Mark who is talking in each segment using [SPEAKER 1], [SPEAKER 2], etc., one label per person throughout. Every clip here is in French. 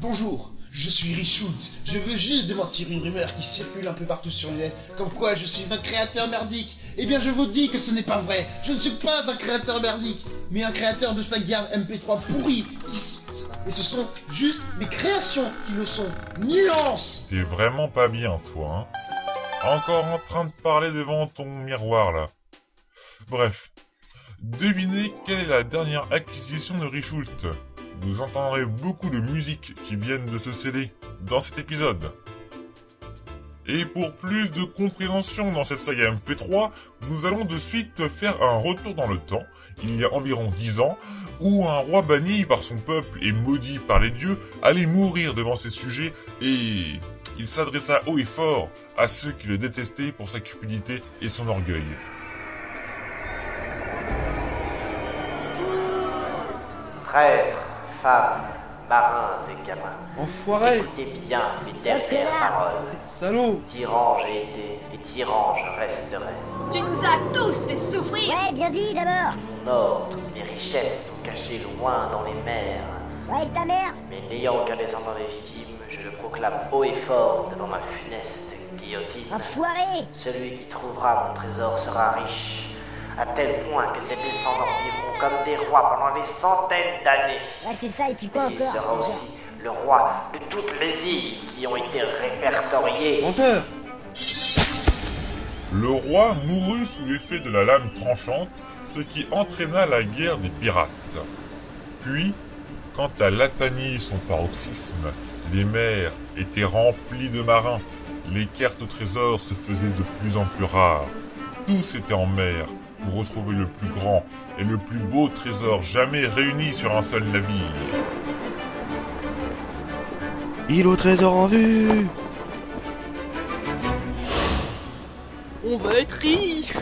[SPEAKER 1] Bonjour, je suis Richoult. Je veux juste démentir une rumeur qui circule un peu partout sur le net, comme quoi je suis un créateur merdique. Eh bien, je vous dis que ce n'est pas vrai. Je ne suis pas un créateur merdique, mais un créateur de saga MP3 pourri. Qui... s- Et ce sont juste mes créations qui le sont. Nuance
[SPEAKER 2] T'es vraiment pas bien, toi, hein Encore en train de parler devant ton miroir, là. Bref. Devinez quelle est la dernière acquisition de Richult. Vous entendrez beaucoup de musique qui viennent de ce CD dans cet épisode. Et pour plus de compréhension dans cette saga MP3, nous allons de suite faire un retour dans le temps, il y a environ 10 ans, où un roi banni par son peuple et maudit par les dieux allait mourir devant ses sujets et il s'adressa haut et fort à ceux qui le détestaient pour sa cupidité et son orgueil.
[SPEAKER 3] Traîtres, femmes, marins et gamins,
[SPEAKER 4] Enfoiré
[SPEAKER 3] écoutez bien mes dernières paroles.
[SPEAKER 4] Salaud
[SPEAKER 3] Tyran j'ai été et tyran je resterai.
[SPEAKER 5] Tu nous as tous fait souffrir
[SPEAKER 6] Ouais, bien dit d'abord
[SPEAKER 3] Mon or, toutes mes richesses sont cachées loin dans les mers.
[SPEAKER 6] Ouais, ta mère
[SPEAKER 3] Mais n'ayant aucun descendant légitime, je le proclame haut et fort devant ma funeste guillotine.
[SPEAKER 6] Enfoiré
[SPEAKER 3] Celui qui trouvera mon trésor sera riche, à tel point que ses descendants vivront comme des rois pendant des centaines d'années.
[SPEAKER 6] Ouais, c'est ça, et puis quoi
[SPEAKER 3] Il sera
[SPEAKER 6] encore
[SPEAKER 3] aussi le roi de toutes les îles qui ont été répertoriées.
[SPEAKER 4] Menteur
[SPEAKER 2] Le roi mourut sous l'effet de la lame tranchante, ce qui entraîna la guerre des pirates. Puis, quand à l'atteignit son paroxysme, les mers étaient remplies de marins, les cartes au trésor se faisaient de plus en plus rares. Tous étaient en mer pour retrouver le plus grand et le plus beau trésor jamais réuni sur un seul navire.
[SPEAKER 4] Il au trésor en vue
[SPEAKER 7] On va être riche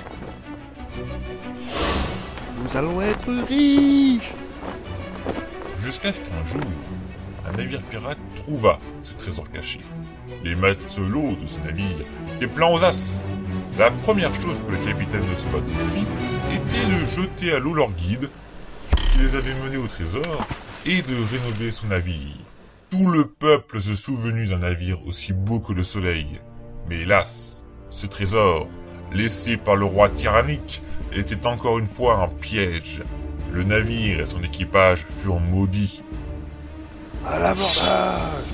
[SPEAKER 4] Nous allons être riches
[SPEAKER 2] Jusqu'à ce qu'un jour, un navire pirate trouva ce trésor caché. Les matelots de ce navire étaient pleins aux as. La première chose que le capitaine de ce bateau fit était de jeter à l'eau leur guide qui les avait menés au trésor et de rénover son navire. Tout le peuple se souvenut d'un navire aussi beau que le soleil. Mais hélas, ce trésor, laissé par le roi tyrannique, était encore une fois un piège. Le navire et son équipage furent maudits.
[SPEAKER 4] À la bordage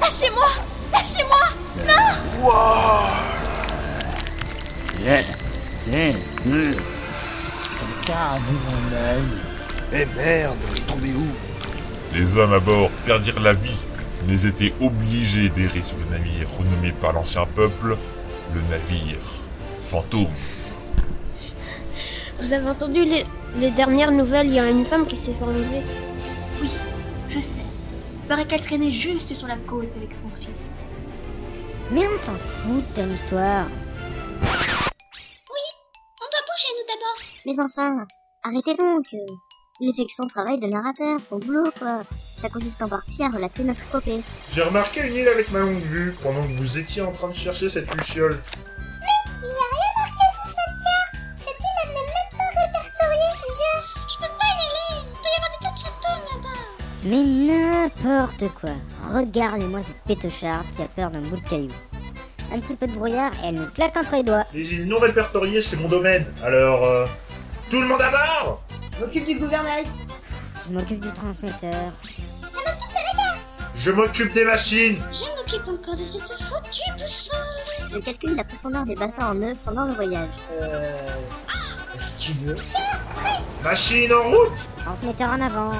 [SPEAKER 5] Lâchez-moi Lâchez-moi
[SPEAKER 4] Eh merde, il est tombé où
[SPEAKER 2] Les hommes à bord perdirent la vie, mais étaient obligés d'errer sur le navire renommé par l'ancien peuple, le navire fantôme.
[SPEAKER 8] Vous avez entendu les, les dernières nouvelles, il y a une femme qui s'est fait enlever.
[SPEAKER 5] Oui, je sais. Il paraît qu'elle traînait juste sur la côte avec son fils.
[SPEAKER 6] Mais on s'en fout de ton histoire
[SPEAKER 5] On doit bouger, nous, d'abord
[SPEAKER 6] Mais enfin, arrêtez donc euh, Il ne fait que son travail de narrateur, son boulot, quoi Ça consiste en partie à relater notre épopée.
[SPEAKER 9] J'ai remarqué une île avec ma longue vue pendant que vous étiez en train de chercher cette luciole.
[SPEAKER 6] Mais n'importe quoi Regardez-moi cette pétocharde qui a peur d'un bout de caillou. Un petit peu de brouillard et elle nous claque entre les doigts.
[SPEAKER 9] Les îles non répertoriées, c'est mon domaine. Alors, euh, tout le monde à bord
[SPEAKER 10] Je m'occupe du gouvernail.
[SPEAKER 6] Je m'occupe du transmetteur.
[SPEAKER 9] Je m'occupe des machines.
[SPEAKER 5] Je m'occupe encore de cette foutue boussole
[SPEAKER 6] Je calcule la profondeur des bassins en œuf pendant le voyage.
[SPEAKER 10] Euh... Si tu veux.
[SPEAKER 9] Machines en route
[SPEAKER 6] Transmetteur en avant.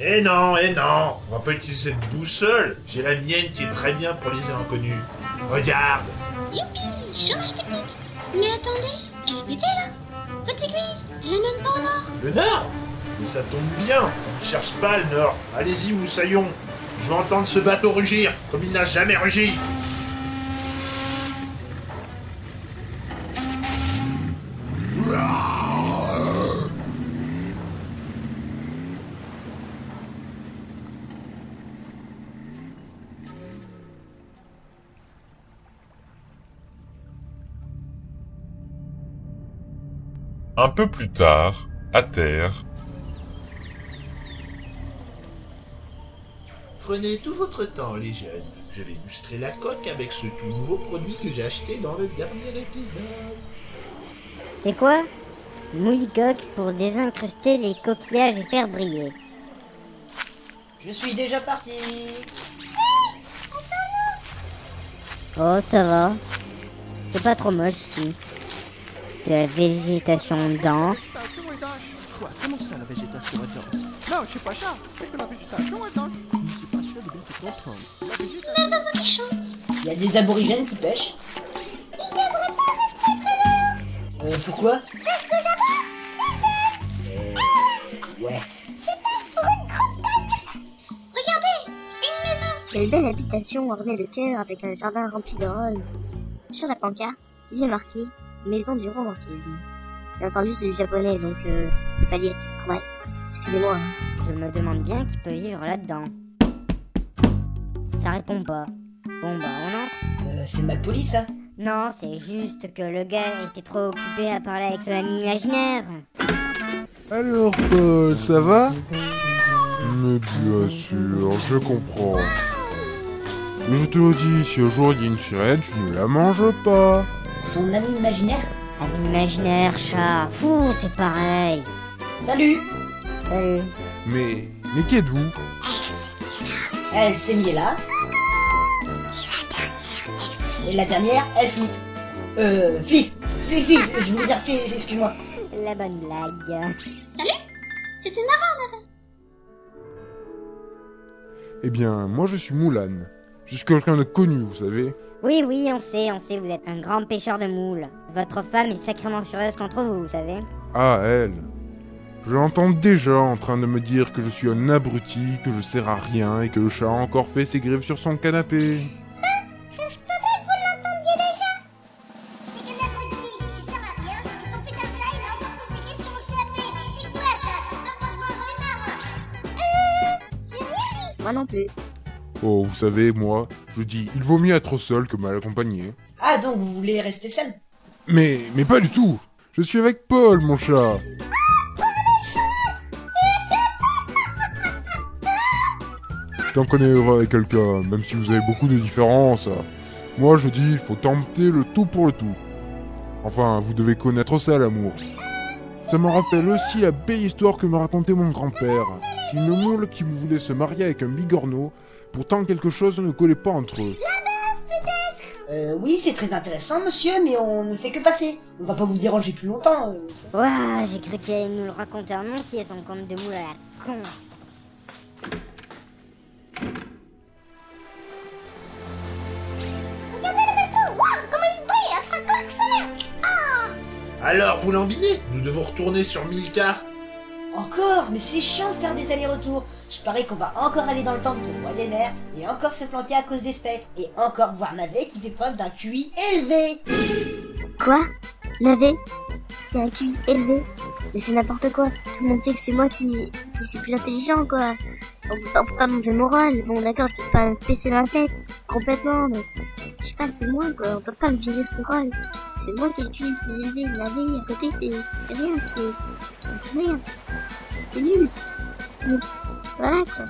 [SPEAKER 9] Eh non, eh non On va pas utiliser cette boussole. J'ai la mienne qui est très bien pour les airs inconnus. Regarde
[SPEAKER 5] Youpi Chômage technique Mais attendez, elle est pétée, là Votre aiguille Elle est même pas en or
[SPEAKER 9] Le Nord Mais ça tombe bien. On cherche pas le Nord. Allez-y, moussaillon. Je vais entendre ce bateau rugir, comme il n'a jamais rugi.
[SPEAKER 2] Un peu plus tard, à terre,
[SPEAKER 9] Prenez tout votre temps, les jeunes. Je vais lustrer la coque avec ce tout nouveau produit que j'ai acheté dans le dernier épisode.
[SPEAKER 6] C'est quoi Moulicoque pour désincruster les coquillages et faire briller.
[SPEAKER 10] Je suis déjà parti.
[SPEAKER 6] Oh, ça va. C'est pas trop moche ici. De la végétation dense.
[SPEAKER 11] Quoi Comment ça la végétation est dense Non, je suis pas chat, c'est que la végétation est dense. Je ne suis pas sûr de bien te comprendre. La végétation...
[SPEAKER 10] Il y a des aborigènes qui pêchent. Euh, pourquoi
[SPEAKER 5] Parce que ça va
[SPEAKER 10] Ouais.
[SPEAKER 5] Je passe pour une grosse tête Regardez Une maison
[SPEAKER 6] Quelle belle habitation ornée de cœur avec un jardin rempli de roses. Sur la pancarte, il est marqué Maison du romantisme. Bien entendu, c'est du japonais, donc euh, faut pas lire, c'est normal. Excusez-moi. hein. Je me demande bien qui peut vivre là-dedans. Ça répond pas. Bon bah on entre.
[SPEAKER 10] Euh, c'est mal poli ça.
[SPEAKER 6] Non, c'est juste que le gars était trop occupé à parler avec son ami imaginaire.
[SPEAKER 12] Alors, Paul, ça va Mais bien sûr, je comprends. Mais je te le dis, si un jour il y a une sirène, tu ne la manges pas.
[SPEAKER 10] Son ami imaginaire
[SPEAKER 6] Ami imaginaire, chat. Fou, c'est pareil.
[SPEAKER 10] Salut
[SPEAKER 6] Salut.
[SPEAKER 12] Mais, mais qui êtes-vous
[SPEAKER 10] Elle s'est liée là. Et la dernière, elle flippe. Euh, flip, flip, flip, je voulais dire flip, excuse-moi.
[SPEAKER 6] La bonne blague.
[SPEAKER 5] Salut C'était marrant, Nathan
[SPEAKER 12] Eh bien, moi je suis Moulane. Je suis quelqu'un de connu, vous savez.
[SPEAKER 6] Oui, oui, on sait, on sait, vous êtes un grand pêcheur de moules. Votre femme est sacrément furieuse contre vous, vous savez.
[SPEAKER 12] Ah, elle. Je l'entends déjà en train de me dire que je suis un abruti, que je sers à rien et que le chat a encore fait ses griffes sur son canapé.
[SPEAKER 5] Ça se peut que vous l'entendiez déjà C'est qu'un abruti, il sert à rien, et ton putain de chat, il a encore posé quelque chose qui après C'est quoi ça Non, franchement, j'en ai marre, moi Euh, j'ai rien
[SPEAKER 6] Moi non plus.
[SPEAKER 12] Oh, vous savez, moi, je dis, il vaut mieux être seul que mal accompagné.
[SPEAKER 10] Ah, donc vous voulez rester seul
[SPEAKER 12] Mais, mais pas du tout Je suis avec Paul, mon chat Tant qu'on est heureux avec quelqu'un, même si vous avez beaucoup de différences, moi je dis, il faut tenter le tout pour le tout. Enfin, vous devez connaître ça, l'amour. Ça me rappelle aussi la belle histoire que me racontait mon grand-père. C'est une moule qui voulait se marier avec un bigorneau, pourtant quelque chose ne collait pas entre eux.
[SPEAKER 10] Euh, oui, c'est très intéressant, monsieur, mais on ne fait que passer. On va pas vous déranger plus longtemps. euh, ça.
[SPEAKER 6] Ouah, j'ai cru qu'il allait nous le raconter en entier, son compte de moules à la con.
[SPEAKER 5] Regardez le bateau Waouh, comment il brille Ça klaxonne Ah
[SPEAKER 9] Alors, vous l'embinez Nous devons retourner sur Milka.
[SPEAKER 10] Encore Mais c'est chiant de faire des allers-retours. Je parie qu'on va encore aller dans le temple de roi des mers et encore se planter à cause des spectres et encore voir Navet qui fait preuve d'un QI élevé.
[SPEAKER 13] Quoi Navet C'est un QI élevé Mais c'est n'importe quoi. Tout le monde sait que c'est moi qui, qui suis plus intelligent, quoi. On peut pas- on peut pas m'enlever le moral. Bon, d'accord, je peux pas me baisser la tête complètement, mais je sais pas, c'est moi, quoi. On peut pas me virer ce rôle. C'est moi qui ai le QI le plus élevé. Navet, à côté, c'est c'est rien, c'est. C'est merde, c'est nul. C'est. Voilà, quoi.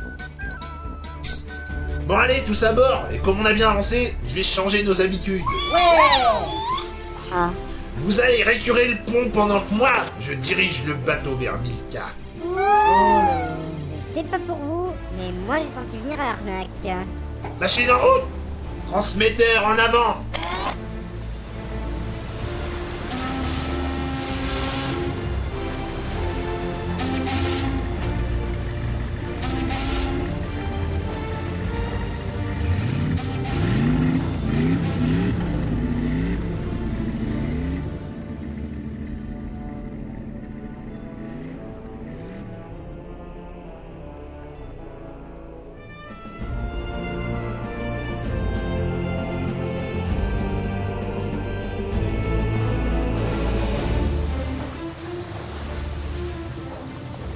[SPEAKER 9] Bon allez, tous à bord, et comme on a bien avancé, je vais changer nos habitudes.
[SPEAKER 6] Ah.
[SPEAKER 9] Vous allez récurer le pont pendant que moi, je dirige le bateau vers Milka.
[SPEAKER 6] C'est pas pour vous, mais moi j'ai senti venir l'arnaque.
[SPEAKER 9] Machine en route Transmetteur en avant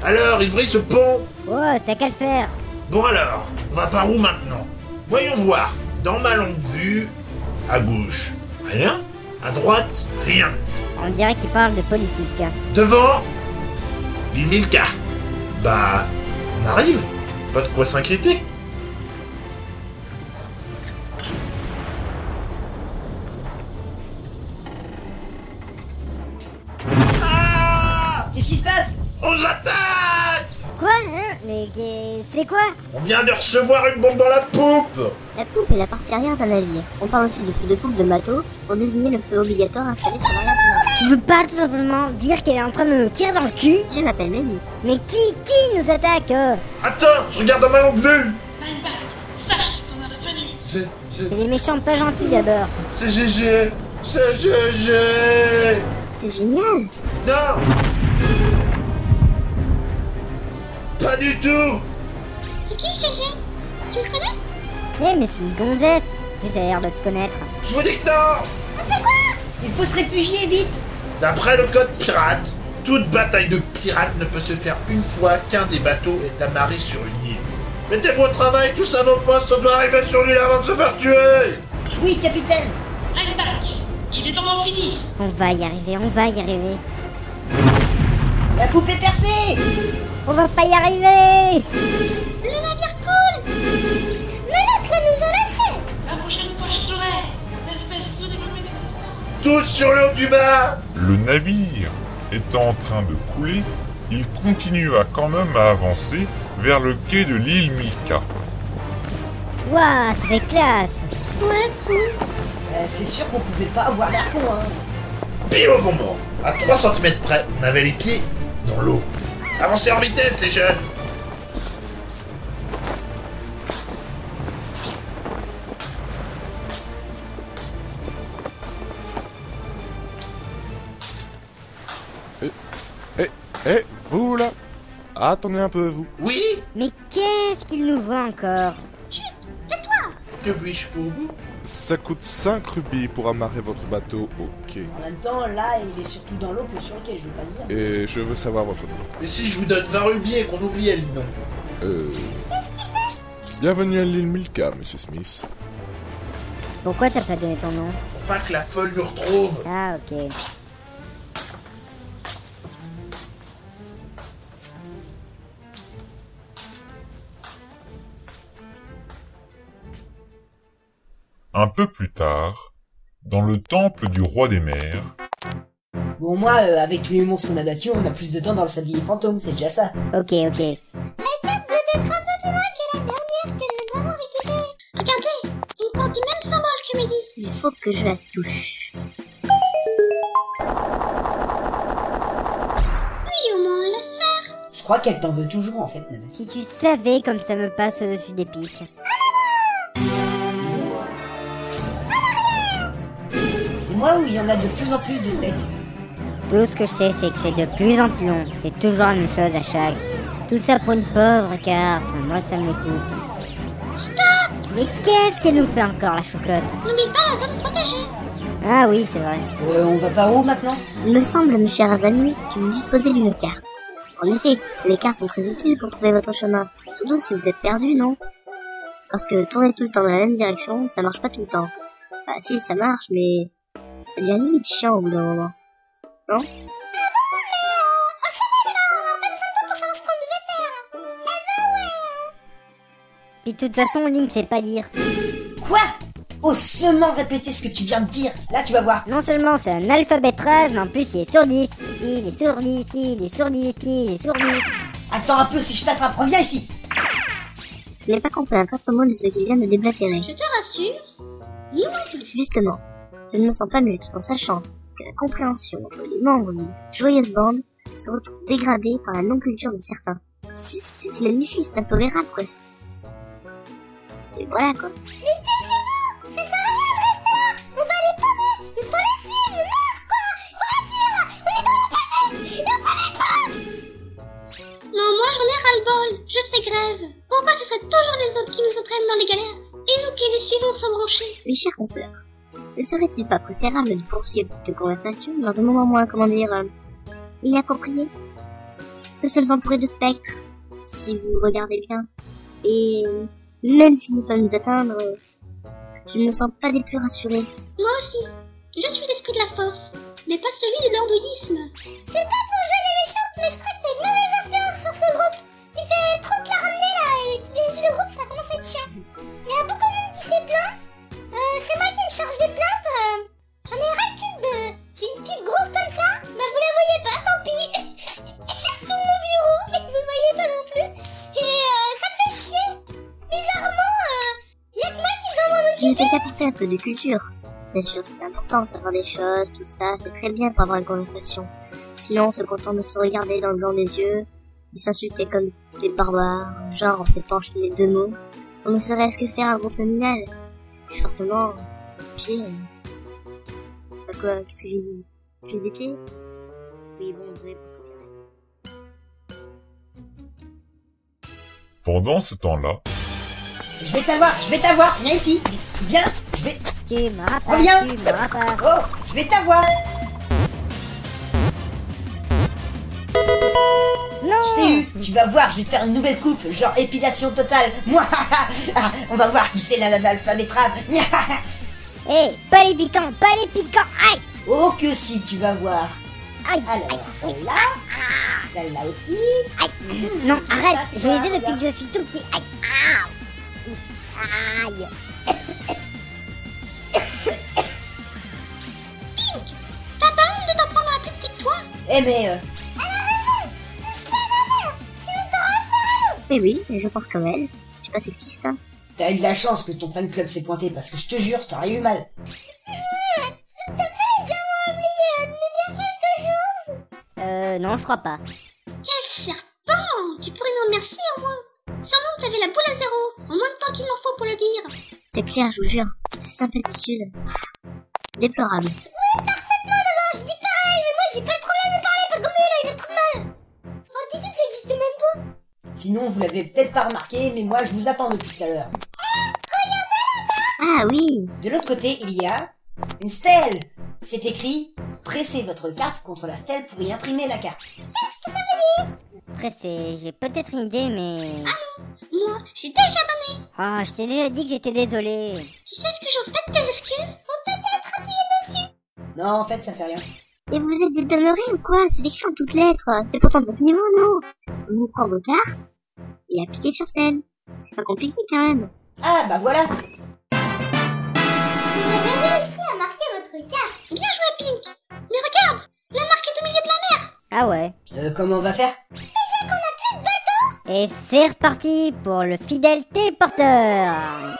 [SPEAKER 9] Alors, il brille ce pont
[SPEAKER 14] Oh,
[SPEAKER 6] Ouais, t'as qu'à le faire.
[SPEAKER 9] Bon alors, on va par où maintenant Voyons voir. Dans ma longue vue, à gauche, rien. À droite, rien.
[SPEAKER 14] On dirait qu'il parle de politique.
[SPEAKER 9] Devant Une Milka Bah, on arrive Pas de quoi s'inquiéter
[SPEAKER 10] Ah Qu'est-ce qui se passe
[SPEAKER 9] On nous attaque
[SPEAKER 14] Quoi hein Mais qu'est- c'est quoi
[SPEAKER 9] On vient de recevoir une bombe dans la poupe
[SPEAKER 6] La poupe est la partie arrière d'un navire. On parle aussi de feu de poupe de bateau pour désigner le feu obligatoire installé sur l'arrière du navire.
[SPEAKER 14] Tu veux pas tout simplement dire qu'elle est en train de nous tirer dans le cul
[SPEAKER 6] Je m'appelle Manu.
[SPEAKER 14] Mais qui, qui nous attaque euh
[SPEAKER 9] Attends, je regarde dans ma longue vue C'est... c'est...
[SPEAKER 14] C'est des méchants pas gentils d'abord.
[SPEAKER 9] c'est GG C'est GG
[SPEAKER 6] C'est génial
[SPEAKER 9] Non Pas du tout
[SPEAKER 5] C'est qui GG Tu le connais
[SPEAKER 14] Eh mais c'est une gonzesse Plus elle a l'air de te connaître.
[SPEAKER 9] Je vous dis que non
[SPEAKER 10] Il faut se réfugier vite
[SPEAKER 9] D'après le code pirate, toute bataille de pirates ne peut se faire une fois qu'un des bateaux est amarré sur une île. Mettez-vous au travail, tous à vos postes, on doit arriver sur l'île avant de se faire tuer
[SPEAKER 10] Oui, capitaine
[SPEAKER 5] Allez, back Il est temps d'en finir
[SPEAKER 14] On va y arriver, on va y arriver.
[SPEAKER 10] La poupée percée
[SPEAKER 14] On va pas y arriver
[SPEAKER 5] Le navire coule Mais l'autre nous a lâchés La prochaine fois, je serai Espèce de développé
[SPEAKER 9] Tous sur le haut du bas
[SPEAKER 2] Le navire étant en train de couler, il continua quand même à avancer vers le quai de l'île Milka.
[SPEAKER 14] Waouh, ça fait classe
[SPEAKER 5] Ouais, cool
[SPEAKER 10] Euh, C'est sûr qu'on pouvait pas avoir l'air con, hein
[SPEAKER 9] Pile au bon moment À 3 cm près, on avait les pieds dans l'eau. Avancez en vitesse, les jeunes
[SPEAKER 15] Eh, eh, vous là Attendez un peu, vous.
[SPEAKER 9] Oui
[SPEAKER 14] Mais qu'est-ce qu'il nous voit encore
[SPEAKER 9] Que puis-je pour vous
[SPEAKER 15] Ça coûte 5 rubis pour amarrer votre bateau au quai.
[SPEAKER 10] En même temps, là, il est surtout dans l'eau que sur le quai, je veux pas dire.
[SPEAKER 15] Et je veux savoir votre nom.
[SPEAKER 9] Et si je vous donne 20 rubis et qu'on oubliait le nom
[SPEAKER 15] Euh... Bienvenue à l'île Milka, monsieur Smith.
[SPEAKER 14] Pourquoi t'as pas donné ton nom
[SPEAKER 9] Pour pas que la folle nous retrouve
[SPEAKER 14] Ah ok.
[SPEAKER 2] Un peu plus tard, dans le temple du roi des mers,
[SPEAKER 10] Bon, moi, euh, avec tous les monstres qu'on a battus, on a plus de temps dans le sablier fantôme, c'est déjà ça.
[SPEAKER 14] Ok, ok.
[SPEAKER 5] La diable doit être un peu plus loin que la dernière que nous avons récupérée Regardez Une porte du même symbole que Mehdi
[SPEAKER 6] Il faut que je la touche.
[SPEAKER 5] Oui, au moins, on laisse faire
[SPEAKER 10] Je crois qu'elle t'en veut toujours, en fait, la meuf.
[SPEAKER 14] Si tu savais comme ça me passe au-dessus des pics.
[SPEAKER 10] C'est moi où il y en a de plus en plus d'espèces.
[SPEAKER 14] Tout ce que je sais, c'est que c'est de plus en plus long. C'est toujours la même chose à chaque. Tout ça pour une pauvre carte. Moi, ça me coûte. Mais qu'est-ce qu'elle nous fait encore, la choucotte
[SPEAKER 5] N'oublie pas la zone protégée
[SPEAKER 14] Ah oui, c'est vrai.
[SPEAKER 10] Euh, on va par où maintenant
[SPEAKER 6] Il me semble, mes chers amis, que vous disposez d'une carte. En effet, les cartes sont très utiles pour trouver votre chemin, surtout si vous êtes perdu, non Parce que tourner tout le temps dans la même direction, ça marche pas tout le temps. Bah si, ça marche, mais ça devient limite chiant au bout d'un moment. Non
[SPEAKER 5] On s'en est là On a besoin de temps pour savoir ce qu'on devait faire
[SPEAKER 14] Puis de toute façon, Link sait pas lire.
[SPEAKER 10] Quoi Ossement répéter ce que tu viens de dire. Là, tu vas voir.
[SPEAKER 14] Non seulement c'est un alphabet rave, mais en plus il est sur 10. Il est sur 10, il est sur 10, il est sur 10.
[SPEAKER 10] Attends un peu, si je t'attrape, reviens ici.
[SPEAKER 6] Je n'ai pas compris un très mot de ce qui vient de déblatérer.
[SPEAKER 5] Je te rassure, nous non plus
[SPEAKER 6] Justement, je ne me sens pas mieux tout en sachant que la compréhension entre les membres de cette joyeuse bande se retrouve dégradée par la non-culture de certains. C'est- C'est inadmissible, c'est intolérable, quoi. C'est- C'est voilà, quoi.
[SPEAKER 5] C'est ça sert à rien de rester là On va les paumer Il faut les suivre Merde, quoi Il faut agir On est dans la panique Et on panique pas Non, moi j'en ai ras-le-bol Je fais grève Pourquoi ce seraient toujours les autres qui nous entraînent dans les galères Et nous qui les suivons sans broncher
[SPEAKER 6] Mes chers consoeurs, ne serait-il pas préférable de poursuivre cette conversation dans un moment moins, comment dire, euh, inapproprié Nous sommes entourés de spectres, si vous regardez bien, et euh, même s'ils ne peuvent nous atteindre, euh, je ne me sens pas des plus rassurés.
[SPEAKER 5] Moi aussi Je suis l'esprit de la force, mais pas celui de l'andouillisme.
[SPEAKER 16] C'est pas pour jouer les méchantes, mais je crois que t'as une mauvaise influence sur ce groupe. Tu fais trop te la ramener là, et, et le groupe ça commence à être chiant. Il y a beaucoup de monde qui s'est plaint. Euh, c'est moi qui me charge des plaintes. euh, J'en ai ras le cul de. J'ai une pipe grosse comme ça, bah vous la voyez pas, tant pis. Elle est sous mon bureau, et vous le voyez pas non plus. Et euh, ça me fait chier. Bizarrement, il y a que moi qui dois m'en
[SPEAKER 6] Il ne
[SPEAKER 16] occuper.
[SPEAKER 6] fait qu'apporter un peu de culture. Bien sûr, c'est important, savoir des choses, tout ça, c'est très bien pour avoir une conversation. Sinon, on se contente de se regarder dans le blanc des yeux, de s'insulter comme des barbares, genre on s'épanche les deux mots, on ne saurait ce que faire un groupe nominal. Et fortement, pieds. euh, Bah quoi, qu'est-ce que j'ai dit J'ai des pieds Oui, bon, désolé.
[SPEAKER 2] Pendant ce temps-là,
[SPEAKER 10] Je vais t'avoir, je vais t'avoir, viens ici, vi- viens, je vais.
[SPEAKER 17] Tu me rappelles,
[SPEAKER 10] Reviens
[SPEAKER 17] tu me rappelles.
[SPEAKER 10] Oh, je vais t'avoir Non Je t'ai eu Tu vas voir, je vais te faire une nouvelle coupe, genre épilation totale Moi Ah, On va voir qui c'est la l'analphabétrave Hé,
[SPEAKER 17] Eh, pas les piquants, pas les piquants Aïe
[SPEAKER 10] Oh que si, tu vas voir
[SPEAKER 17] Aïe
[SPEAKER 10] Alors, celle-là, celle-là aussi
[SPEAKER 17] Aïe Non,
[SPEAKER 10] Ça,
[SPEAKER 17] arrête
[SPEAKER 10] c'est
[SPEAKER 17] Je les
[SPEAKER 10] quoi,
[SPEAKER 17] ai depuis que je suis tout petit Aïe Aouh. Aïe
[SPEAKER 5] Pink, t'as pas honte de t'en prendre à un plus petit que toi
[SPEAKER 10] Eh mais... euh,
[SPEAKER 6] Mais Eh oui, je pense comme elle. Je suis pas sexiste, hein.
[SPEAKER 10] T'as eu de la chance que ton fan club s'est pointé parce que je te jure, t'aurais eu mal.
[SPEAKER 17] Euh, non, je crois pas.
[SPEAKER 5] Quel serpent Tu pourrais nous remercier au moins Sans nous, vous avez la boule à zéro, en moins de temps qu'il en faut pour le
[SPEAKER 16] Eh,
[SPEAKER 5] dire.
[SPEAKER 6] C'est clair, je vous jure. C'est sympathique. Déplorable.
[SPEAKER 16] je dis pareil, mais moi j'ai pas de problème de parler pas comme lui là, il a trop mal. Son attitude ça existe même pas.
[SPEAKER 10] Sinon, vous l'avez peut-être pas remarqué, mais moi je vous attends depuis tout à l'heure.
[SPEAKER 6] Ah oui
[SPEAKER 10] De l'autre côté, il y a une stèle. C'est écrit Pressez votre carte contre la stèle pour y imprimer la carte.
[SPEAKER 17] Après, c'est... J'ai peut-être une idée, mais...
[SPEAKER 6] Ah.
[SPEAKER 5] Moi, j'ai déjà donné
[SPEAKER 17] Ah, je t'ai déjà dit que j'étais désolé.
[SPEAKER 5] Tu sais ce que j'en fais de tes excuses
[SPEAKER 10] Non, en fait, ça fait rien.
[SPEAKER 6] Mais vous êtes des demeurés ou quoi C'est écrit en toutes lettres. C'est pourtant de votre niveau, non Vous prenez vos cartes et appliquez sur celle. C'est pas compliqué quand même.
[SPEAKER 10] Ah, bah voilà
[SPEAKER 16] Vous avez réussi à marquer votre carte.
[SPEAKER 5] Bien joué, Pink Mais regarde La marque est au milieu de la mer
[SPEAKER 17] Ah ouais
[SPEAKER 10] Euh, comment on va faire
[SPEAKER 17] Et c'est reparti pour le fidèle téléporteur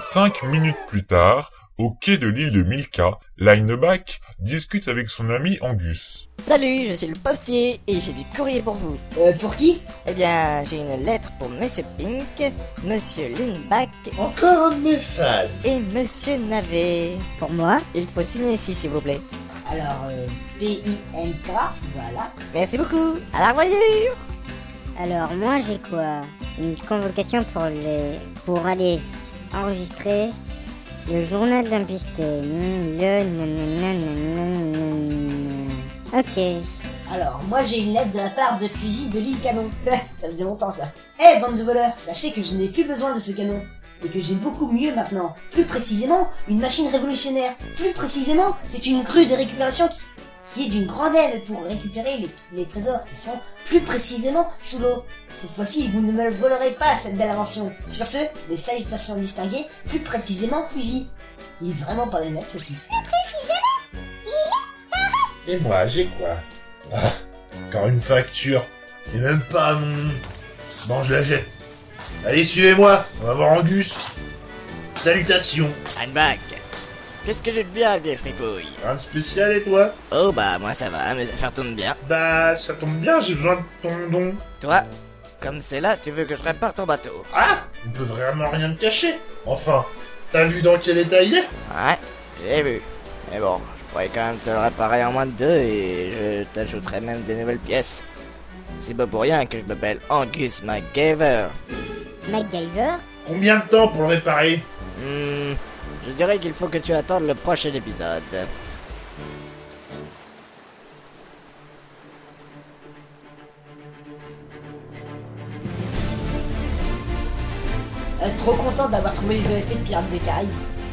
[SPEAKER 2] cinq minutes plus tard, au quai de l'île de Milka, Lineback discute avec son ami Angus.
[SPEAKER 3] Salut, je suis le postier et j'ai du courrier pour vous.
[SPEAKER 10] Euh, pour qui
[SPEAKER 3] Eh bien, j'ai une lettre pour Monsieur Pink, Monsieur Lindback.
[SPEAKER 9] Encore un de mes fans.
[SPEAKER 3] Et Monsieur Navet.
[SPEAKER 17] Pour moi
[SPEAKER 3] Il faut signer ici, s'il vous plaît.
[SPEAKER 10] Alors, euh, P-I-N-K, voilà.
[SPEAKER 3] Merci beaucoup. À la revoyure.
[SPEAKER 17] Alors moi j'ai quoi Une convocation pour les... pour aller enregistrer le journal d'un pisté. Hmm, Le... nananananananana. Ok.
[SPEAKER 10] Alors, moi j'ai une lettre de la part de fusil de l'île canon. ça faisait longtemps ça. Eh, bande de voleurs, sachez que je n'ai plus besoin de ce canon. Et que j'ai beaucoup mieux maintenant. Plus précisément, une machine révolutionnaire. Plus précisément, c'est une grue de récupération qui, qui est d'une grande aile pour récupérer les, les trésors qui sont plus précisément sous l'eau. Cette fois-ci, vous ne me volerez pas cette belle invention. Sur ce, des salutations distinguées, plus précisément fusil. Il est vraiment pas honnête ce type.
[SPEAKER 9] Et moi, j'ai quoi Ah, encore une facture. C'est même pas à mon... Bon, je la jette. Allez, suivez-moi. On va voir Angus. Salutations.
[SPEAKER 3] Lineback. Qu'est-ce que tu deviens avec des fripouilles
[SPEAKER 9] Rien de spécial, et toi
[SPEAKER 3] Oh bah, moi ça va, mes affaires tournent bien.
[SPEAKER 9] Bah, ça tombe bien, j'ai besoin de ton don.
[SPEAKER 3] Toi, comme c'est là, tu veux que je répare ton bateau.
[SPEAKER 9] Ah On peut vraiment rien me cacher. Enfin, t'as vu dans quel état il est
[SPEAKER 3] Ouais, j'ai vu. Mais bon, je pourrais quand même te le réparer en moins de deux et je t'ajouterai même des nouvelles pièces. C'est pas pour rien que je m'appelle Angus McGaver.
[SPEAKER 17] MacGyver
[SPEAKER 9] Combien de temps pour le réparer
[SPEAKER 3] Hmm, je dirais qu'il faut que tu attendes le prochain épisode.
[SPEAKER 10] Euh, trop content d'avoir retrouver les OST de Pirates des Caraïbes.